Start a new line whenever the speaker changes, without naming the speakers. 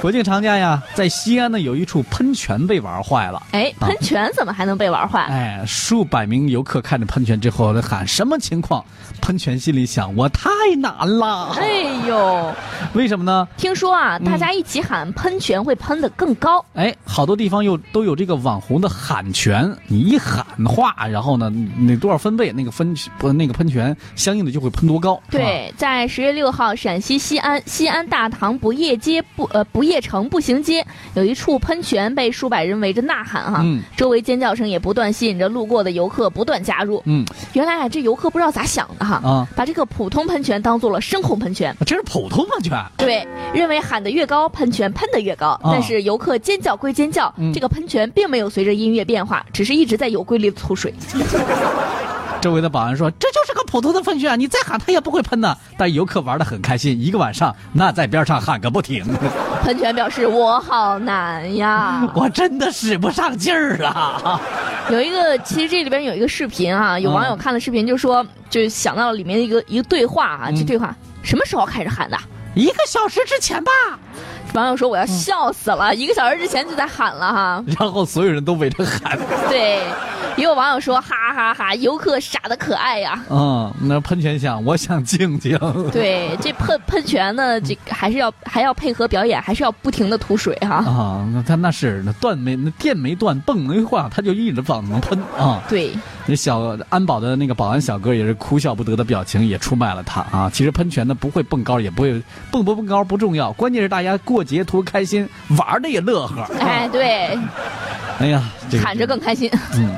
国庆长假呀，在西安呢有一处喷泉被玩坏了。
哎，喷泉怎么还能被玩坏？
哎，数百名游客看着喷泉之后喊什么情况？喷泉心里想：我太难了。
哎呦，
为什么呢？
听说啊，大家一起喊喷泉会喷得更高。
哎，好多地方又都有这个网红的喊泉，你一喊话，然后呢，你多少分贝，那个分不那个喷泉相应的就会喷多高。啊是吧，
对，在十月六号，陕西西安西安大唐不夜街步呃不夜城步行街有一处喷泉被数百人围着呐喊哈，
嗯
周围尖叫声也不断吸引着路过的游客不断加入。
嗯
原来啊，这游客不知道咋想的哈，
啊，
把这个普通喷泉当做了深红喷泉。
这是普通喷泉。
对，认为喊得越高，喷泉喷得越高。但是游客尖叫归尖叫，
啊嗯
这个喷泉并没有随着音乐变化，只是一直在油柜里吐水。
周围的保安说：“这就是个普通的喷泉，你再喊它也不会喷的。”但游客玩的很开心，一个晚上那在边上喊个不停，
喷泉表示我好难呀。
我真的使不上劲儿啊！
有一个，其实这里边有一个视频啊，
嗯
有网友看了视频就说，就想到了里面一个一个对话啊，
嗯
这对话什么时候开始喊的？
一个小时之前吧，
网友说
嗯
我要笑死了，一个小时之前就在喊了哈。
然后所有人都围着 喊。
对，也有网友说哈哈哈，游客傻的可爱呀。
嗯，那喷泉想，我想静 静。
对，这喷喷泉呢，这个还是要还要配合表演，还是要不停的吐水哈。
啊，那他那是那断没那电没断，泵没换，他就一直往能喷啊。
对，
那小安保的那个保安小哥也是哭笑不得的表情，也出卖了他啊！其实喷泉呢不会蹦高，也不会蹦不蹦高不重要，关键是大家过节图开心，玩的也乐呵。
哎对，
哎呀，这个
喊着更开心。
嗯。